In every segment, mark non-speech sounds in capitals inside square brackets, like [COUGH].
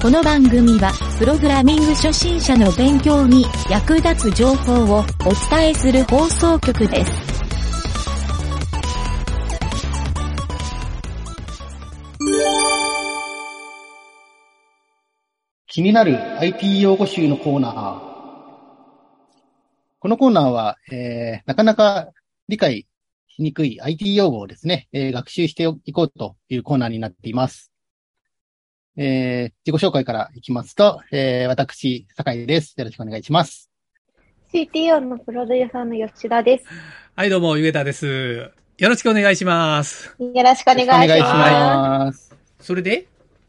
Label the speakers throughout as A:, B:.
A: この番組は、プログラミング初心者の勉強に役立つ情報をお伝えする放送局です。
B: 気になる IT 用語集のコーナー。このコーナーは、えー、なかなか理解しにくい IT 用語をですね、えー学習していこうというコーナーになっています。えー、自己紹介からいきますと、えー、私、酒井です。よろしくお願いします。
C: CTO のプロデューサーの吉田です。
D: はい、どうも、ゆえたです。よろしくお願いします。
C: よろしくお願いします。
B: お願いします。
D: それで、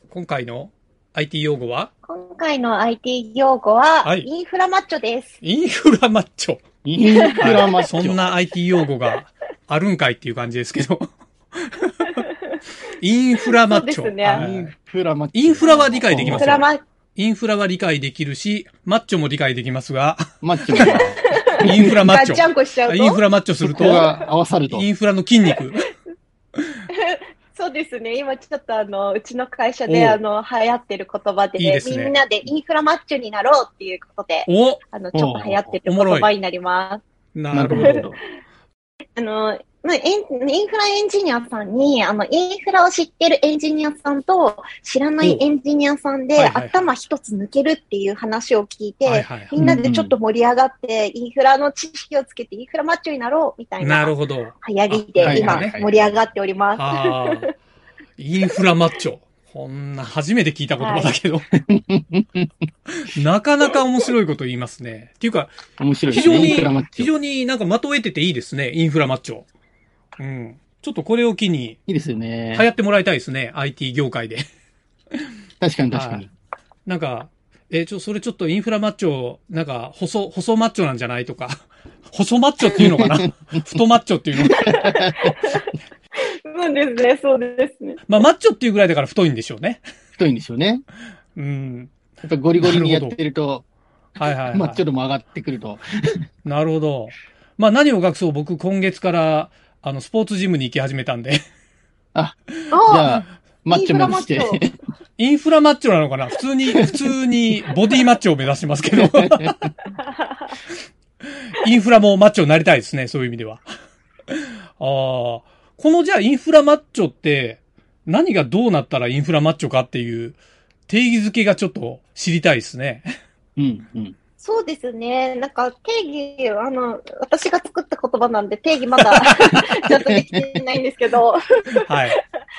D: 今回の IT 用語は、
C: 今回の IT 用語は、
D: はい
C: インフラマッチョです。
D: インフラマッチョ。
B: インフラマッチョ。
D: そんな IT 用語があるんかいっていう感じですけど。インフラマッチ
C: そうです
D: ョ。
C: ね
D: は
B: イン
D: い
B: フラマッチョ。
D: インフラは理解でき
C: イン
D: ま
C: フ
D: す
C: ラ
D: よ。
C: マッチ
D: インフラは理解できるし、マッチョも理解できますが、
B: マッチョが。
D: インフラ
C: ョ。
D: マ
C: ガ
D: ッチ
C: ッチャ
D: ョ。
C: ンコしちゃうと。
D: インフラマッチョす
B: そ
D: る、
B: ことが合わさると
D: イ。ンフラの筋肉。
C: そうですね。今ちょっとあの、うちの会社
D: お
C: で
D: う
C: あの、流行ってる言葉で,、
D: いいですね
C: みんなでインフラマッチョになろうっていうことで、
D: お
C: あの、ちょっと流行ってる
D: おう
C: 言
D: おもろい
C: 葉になります。
D: な
B: な
D: るほ
B: るほ
D: ど。
B: ど。
C: あの、まあ、エンインフラエンジニアさんに、あの、インフラを知ってるエンジニアさんと、知らないエンジニアさんで、
D: おはいはいはい
C: 頭一つ抜けるっていう話を聞いて、
D: はいはい
C: みんなでちょっと盛り上がって、インフラの知識をつけて、インフラマッチョになろうみたい
D: な
C: な
D: る
C: 流
D: ほど。
C: 行り
D: あは
C: で、
D: いは
C: 今
D: いはい
B: はい
C: 盛り上がっております。
D: ああ、インフラマッチョ。こんな初めて聞いた言葉だけど。 [LAUGHS] なかなか面白いこと言いますね。っていうか、
B: 面白いで
D: 非
B: す
D: 常
B: ね。インフラマ
D: に
B: ッ、チ
D: 非
B: ョ。い
D: 常になんかまとえてていいですね。インフラマッチョ。うん。ちょっとこれを機に
B: いですよね
D: 流。行ってもらいたいですね。IT 業界で。 [LAUGHS]
B: 確かに確かに。
D: なんか、え、ちょ、それちょっとインフラマッチョ、なんか、細、細マッチョなんじゃないとか、 [LAUGHS] 細マッチョっていう
B: [LAUGHS]
D: のかな太マッチョっていうの
C: そうですね、そうですね。
D: まあ、マッチョっていうぐらいだから太いんでしょうね。
B: 太いんでしょうね。
D: うん。
B: やっぱりゴリゴリにやってると、
D: はいはい、はい。
B: マッチョ度も上がってくると。
D: なるほど。まあ何を隠そう、僕今月から、あの、スポーツジムに行き始めたんで、
B: じ
D: [LAUGHS]
B: ゃ
C: あ
B: あ、マッチョ目指し
C: インフラマ
B: て。
C: ッ
D: インフラマッチョなのかな普通に、普通にボディマッチョを目指してますけど、 [LAUGHS] インフラもマッチョになりたいですね、そういう意味では。ああ、このじゃあインフラマッチョって、何がどうなったらインフラマッチョかっていう定義づけがちょっと知りたいですね。
B: [LAUGHS] うん、うん。
C: そうですね。なんか定義、あの、私が作った言葉なんで定義まだ [LAUGHS] ちゃんとできてないんですけど、
D: はい。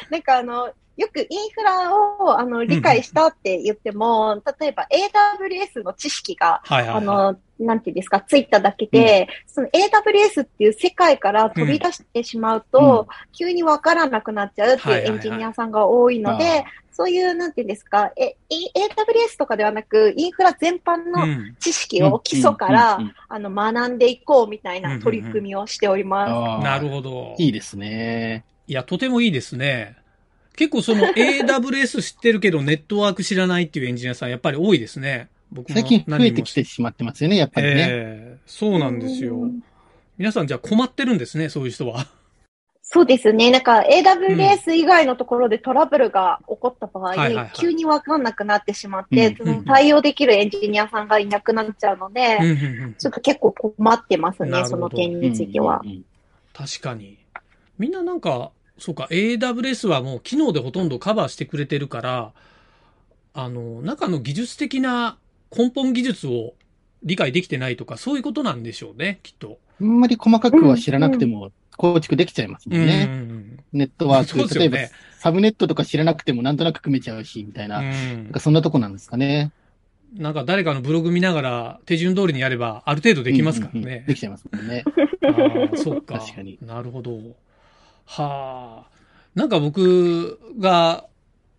C: なんかあの、よくインフラをあの理解したって言っても、例えば AWS の知識が、
D: はいは
C: あ
D: い、は
C: の、なんていうんですか、ついただけで、その AWS っていう世界から飛び出してしまうと、急にわからなくなっちゃうって
D: は
C: い
D: いはいうは
C: エ
D: い
C: ンジニアさんが多い
B: あ
C: ので、そういう、なんていうんですか、え、い AWS とかではなく、インフラ全般
D: い。う
C: の
D: ん。
C: 知識
B: ー
C: を基礎から、
B: うんうんうん
C: あの、学んでいこうみたい
D: うんうんう
C: なん取り組みをしております。
B: あー
D: なるほど。
B: いいですね。
D: いや、とてもいいですね。結構その AWS 知ってるけどネットワーク知らないっていうエンジニアさんやっぱり多いですね。僕も
B: 最近増えてきて
D: る
B: しまってますよね、やっぱりね。
D: ええそうなんですよ
C: う。ん
D: 皆さんじゃあ困ってるんですね、そういう人は。
C: そうですね。なんか AWS 以外のところでトラブルが起こった場合、
D: はいはいはい
C: 急にわかんなくなってしまっ
B: う
C: て
B: ん、
C: その対応できるエンジニアさんがいなくなっちゃうので、
D: うんうんうん
C: ちょっと結構困ってます
D: なる
C: ね、
D: ほど
C: その点については
B: う。ん。うん
D: 確かに。みんななんか、そうか、AWS はもう機能でほとんどカバーしてくれてるから、あの、中の技術的な根本技術を理解できてないとか、そういうことなんでしょうね、きっと。
B: あんまり細かくは知らなくても構築できちゃいますもんね。
D: うん
B: ネットワー
D: そうです
B: ク、
D: よ
B: 例え
D: ね
B: ばサブネットとか知らなくてもなんとなく組めちゃうし、みたい
D: うんう
B: な。
D: ん
B: なんかそんなとこなんですかね。
D: なんか誰かのブログ見ながら手順通りにやればある程度できますから
B: うんうんうん
D: ね
B: で。きちゃいますもんね。
D: [LAUGHS] ああそうか。
B: 確かに
D: なるほど。はあ。なんか僕が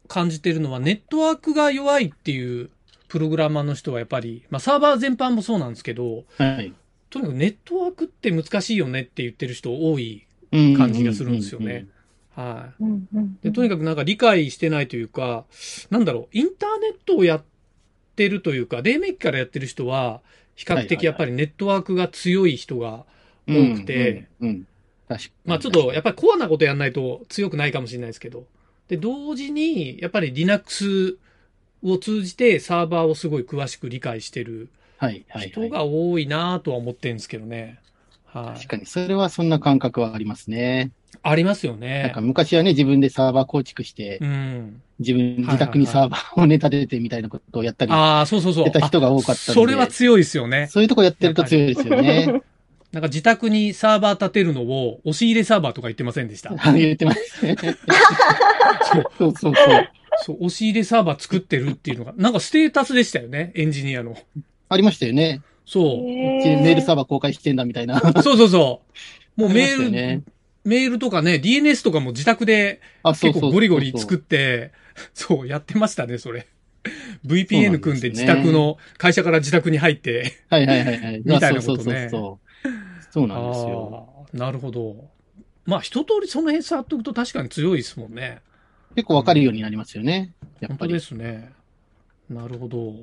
D: 感じてるのは、ネットワークが弱いっていうプログラマーの人はやっぱり、まあ、サーバー全般もそうなんですけど、
B: はい。
D: とにかくネットワークって難しいよねって言ってる人多い。感
B: 感
D: じがするんですよね。はい。
C: うんうん
D: で、とにかくなんか理解してないというか、なんだろう、インターネットをやってるというか、黎明期からやってる人は、比較的やっぱりネットワークが強い人が、多くて
B: うん。うんうん確かに
D: まあちょっとやっぱりコアなことやんないと強くないかもしれないですけど、で、同時に、やっぱり Linux を通じてサーバーをすごい詳しく理解してる
B: はい、はい。
D: 人が多いなとは思ってるんですけどね。は
B: 確
D: い。
B: かに、それはそんな感覚はありますね。
D: ありますよ
B: なん
D: ね
B: か。昔はね、自分でサーバー構築して
D: う、ん。
B: 自分、自宅にサーバーをね、立ててみたいなことをやったり、
D: ああ、そうそうそう。
B: 出た人が多かったんで
D: あそれは強いですよね。
B: そういうとこやってると強いですよ
C: [LAUGHS]
B: ね。
D: なんか自宅にサーバー立てるのを押し入れサーバーとか言ってません
B: [LAUGHS]
D: でした。
B: あ言ってますね。
D: そう
B: そうそうそう。
D: そう、押し入れサーバー作ってるっていうのが、なんかステータスでしたよね、エンジニアの。
B: ありましたよね。
D: そう
B: ちメールサーバー公開してんだみたいな。
D: う。そうそうそう。もう
B: あり
D: メー
B: ました
D: ル、
B: よね
D: メールとかね、DNS とかも自宅で
B: あ、そう
D: 結
B: そうそうそ
D: 構
B: う。
D: ゴリゴリ作って、そう、やってましたね、それ。
B: そうな
D: VPN
B: んですよ
D: 組
B: ね
D: んで自宅の、会社から自宅に入って。
B: はいはいはいはい。
D: みたいなこ
B: そうそ
D: とね
B: うそうそう。そうなんですよ。
D: あーなるほど。まあ一通りその辺触っておくと確かに強いですもんね。
B: 結構わかるようになりますよね。やっ
D: 本
B: ぱ
D: 当
B: り。
D: ですね。なるほど。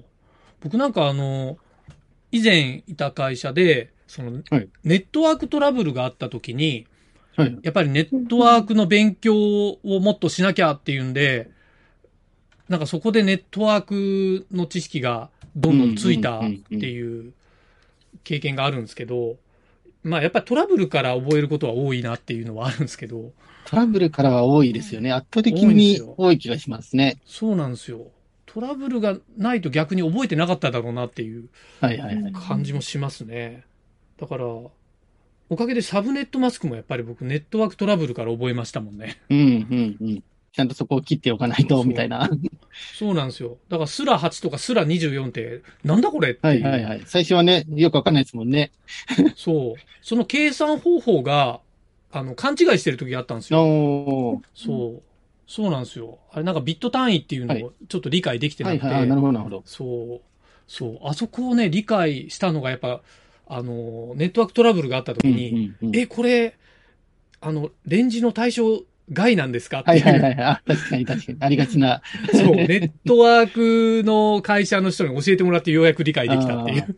D: 僕なんかあの、以前いた会社で、その
B: はい、
D: ネットワークトラブルがあった時に、
B: はい。
D: やっぱりネットワークの勉強をもっとしなきゃっていうんで、なんかそこでネットワークの知識がどんどんついたっていう経験があるんですけど、まあやっぱりトラブルから覚えることは多いなっていうのはあるんですけど、
B: トラブルからは多いですよね。圧倒的
D: 多いです
B: に
D: よ
B: 多い気がしますね。
D: そうなんですよ。トラブルがないと逆に覚えてなかっただろうなっていう
B: はいはいはい。
D: 感じもしますね。だから、おかげでサブネットマスクもやっぱり僕ネットワークトラブルから覚えましたもんね。
B: うんうんうん。ちゃんとそこを切っておかない
D: そう
B: と、
D: そう
B: みたいな。
D: [LAUGHS] そうなんですよ。だからスラ8とかスラ24ってなんだこれって。
B: はいいうはいはい。最初はね、よくわかんないですもんね。
D: そう。その計算方法が、あの、勘違いしてる時があったんですよ。
B: おー。
D: そう。そうなんですよ。あれなんかビット単位っていうの
B: はい
D: をちょっと理解できてな
B: はい
D: くて。
B: はいはい。なるほどなるほど。
D: そう、そう、あそこをね、理解したのが、やっぱ、あの、ネットワークトラブルがあった時
B: うんう
D: に、
B: んうん。
D: え、これ、あの、レンジの対象外なんですかって、
B: はいいうはいはいはい。あ、確かに確かに。ありがちな。
D: そう、ネットワークの会社の人に教えてもらってようやく理解できたっていう。
B: [LAUGHS]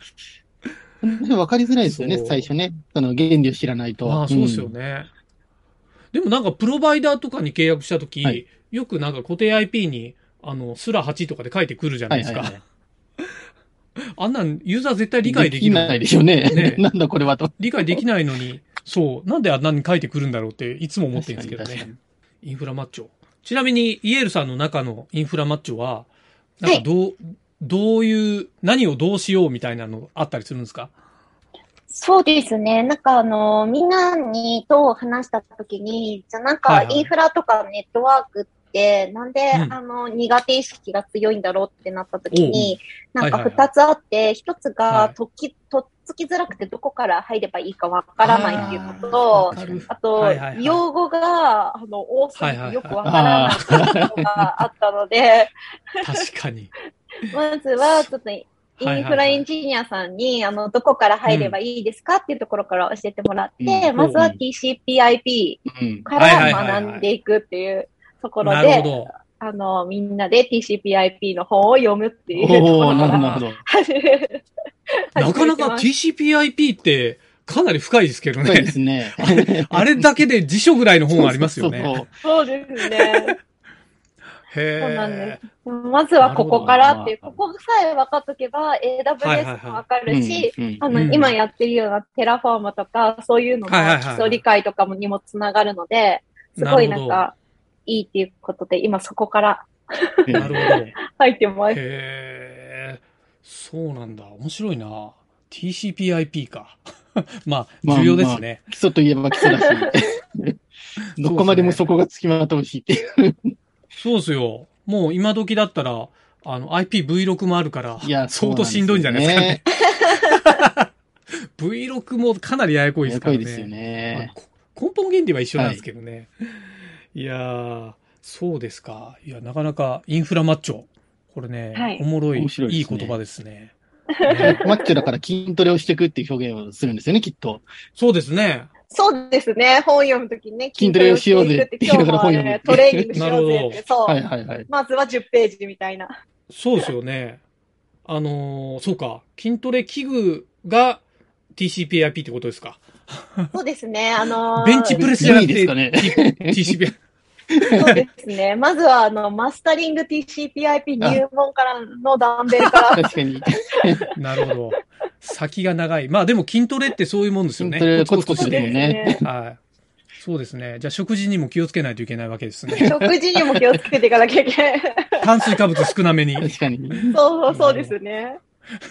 B: わかりづらいですよね
D: そ、う
B: 最初ね。その原理を知らないと。
D: まあ、そうですよね。でもなんか、プロバイダーとかに契約した時、
B: はい
D: よくなんか固定 IP に、あの、スラ8とかで書いてくるじ
B: う
D: ゃ
B: ん。
D: な
B: はいい
D: です
B: はい
D: か。
B: はい。
D: あんなん、ユーザー絶対理解できる。
B: ないでしょうね。
D: ね
B: [LAUGHS] なんだこれはと。
D: 理解できないのに、そう、なんであんなに書いてくるんだろうっていつも思ってるんですけど
B: 確か
D: ね
B: に。
D: インフラマッチョ。ちなみに、イエールさんの中のインフラマッチョは、なんかどう、どういう、何をどうしようみたいなのあったりするんですか
C: そうですね。なんかあの、みんなにと話したときに、じゃあなん
D: は
C: か
D: いはい
C: インフラとかネットワークって、なんで、
D: うん
C: あの、苦手意識が強いんだろうってなったときに、
D: おう
C: なんか
D: はいはいは
C: 二つあって、一つ
D: は
C: が
D: い
C: とっき、とっつきづらくてどこから入ればいいかわからないっていうこと
B: あ
C: と
B: ー、
C: あと、
D: はいはいはい
C: 用語が、あの、多すぎ
D: はいはいは
C: て
D: い
C: よくわからないことがあったので、
D: 確かに。
C: まずは、ちょっと、イ
D: はいはいはい
C: ンフラエンジニアさんに、あの、どこから入ればいいですかっていうところから教えてもらって、
B: うん
C: まずは
B: うん
C: TCPIP
B: うん。
C: か
D: はいはいはいは
C: ら
D: い
C: 学んでいくっていうところ
D: なるほ
C: で、
D: ど。
C: あの、みんなで TCPIP の本を読むっていうとこ
B: おお
C: ろ
B: なる
C: か
B: ほど、な
C: ら
B: るほど。
C: 始め
D: なかなか
C: 始めて
D: TCPIP ってかなり深いですけど
B: そうで
D: ね。
B: すね。
D: [LAUGHS] あれだけで辞書ぐらいの本ありますよ
B: そうそうそう
D: ね。
C: ますそうですね。そうなん
D: へ
C: で
D: え。
C: まずはここからっていう、
B: なる
C: こ
B: ほ
C: こさえ分かっとけば
D: はいはい
C: AWS もわかるし、
B: うんうん
C: あの、
D: うん
C: 今やってるようなテラフォームとか、そういうのの
D: はいはいはい
C: 基礎理解とかもにもつながるので、すごいなんか、いいっていうことで、今そこから
D: [LAUGHS] なるほど。
C: 入ってます。
D: へえ、そうなんだ。面白いな。TCPIP か。まあ、
B: まあ
D: 重要ですね。
B: 基礎といえば基礎だし。どこまでもそこがつきまとうしっていう。
D: そうですよ。もう今時だったら、あの、IPv6 もあるから、
B: いや、
D: [LAUGHS] 相当しんどいんじゃないですかね。
B: す
D: V6 もかなりややこい
B: か
D: で
B: ね。やばい
D: すからね。
B: ですよね
D: まあ。こ根本原理は一緒なんですけどね。い、やー、そうですか。いや、なかなかインフラマッチョ。これね、
C: はい
D: おもろい、
E: 面白い
D: い
E: ですね
D: 言葉ですね。ね
B: マッチョだから筋トレをしていくっていう表現をするんですよね、きっと。
D: そうですね。
C: そうですね。本読むときにね、
B: 筋トレをしようぜ
C: 筋トレをしていくって今日もあ
B: って言いながら本読む
C: れトレーニングしようぜっ
D: なるほ
C: て。そう。
B: はいはいはい。
C: まずは10ページみたいな。
D: そうですよね。あのーそうか。筋トレ器具が TCPIP ってことですか。
C: そうですね。あのー
D: ベンチプレスじゃなくて
B: いいですかね
D: TCPIP。
C: そうですね。まずは、あの、マスタリング TCPIP 入門からのダンベルから。
B: [LAUGHS] 確かに。 [LAUGHS]
D: なるほど。先が長い。まあでも筋トレってそういうもんですよね。
B: 筋トレコツコツ
D: し
B: で
D: て
B: もね。
D: はい。そうですね。じゃあ食事にも気をつけないといけないわけですね。
C: 食事にも気をつけていかなきゃいけない。
D: 炭水化物少
C: [LAUGHS]
D: なめに。
B: 確かに。
C: そうそう、そうですね。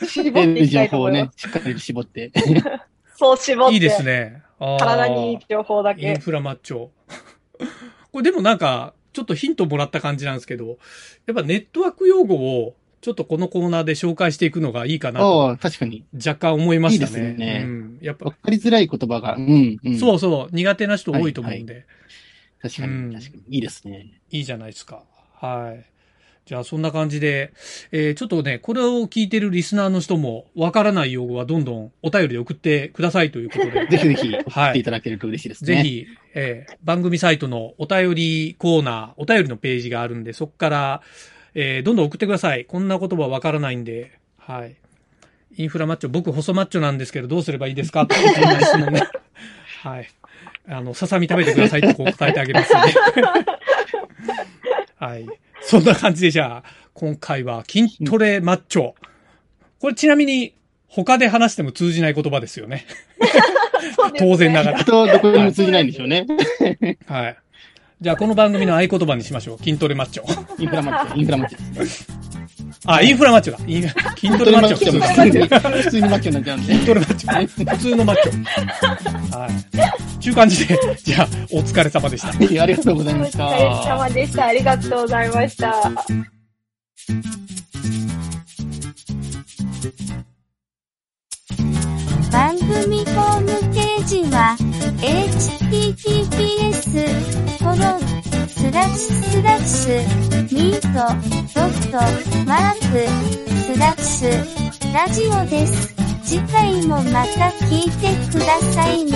C: 絞
B: 出
C: ってい
B: る
C: きた
B: 情
C: いと
B: 報を
C: 思い
B: ね
C: ま、
B: しっかり絞って。
C: す。そう絞って。
D: いいですね。あー
C: 体にいい情報だ
D: イン
C: け。
D: フラマッチョ。 [LAUGHS] これでもなんか、ちょっとヒントもらった感じなんですけど、やっぱネットワーク用語を、ちょっとこのコーナーで紹介していくのがいいかなと、
B: ああ、確かに。
D: 若干思いましたね。
B: いいですね
D: うん。やっ
B: わ
D: ぱ、
B: かりづらい言葉が。うん、うん。
D: そうそう、苦手な人多いと思うんで。
B: 確か
D: うん
B: に、確かに。いいですね。
D: いいじゃないですか。はい。じゃあ、そんな感じで、えーちょっとね、これを聞いてるリスナーの人も、わからない用語はどんどんお便りで送ってくださいということで、
B: [LAUGHS] ぜひぜひ、送
D: は
B: ってい
D: い。
B: ただけると嬉しいです
D: ぜ
B: ね。。
D: ひ、えー番組サイトのお便りコーナー、お便りのページがあるんで、そこから、えーどんどん送ってください。こんな言葉わからないんで、はい。インフラマッチョ、僕細マッチョなんですけど、どうすればいいですかっていう質問ね。はい。あの、ささみ食べてくださいってこう答えてあげますんで。はい。そんな感じでじゃあ、今回は筋トレマッチョ。これちなみに、他で話しても通じない言葉ですよね。
C: そうですね
D: 当然ながら
B: あ。と、どこにも通じないんでしょうね。
D: はい。じゃあ、この番組の合言葉にしましょう。筋トレマッチョ。
B: インフラマッチョ、インフラマッチョです。
D: あ、インフラマッチョだ。イン筋トレマッチョ。
B: 筋トレマッチョも普通に普通にマッチョになっちゃうんで。
D: 筋トレマッチョ。普通のマッチョ。はい。ちゅう感じで、じゃあ、お疲れ様でした。
B: いやありがとうござい
C: お
B: ま
C: 疲
B: した。
C: れ様でした。ありがとうございました。
F: 番組ホームページは https コロンスラッシュスラッシュミートドットマークスラッシュラジオです。次回もまた聞いてくださいね。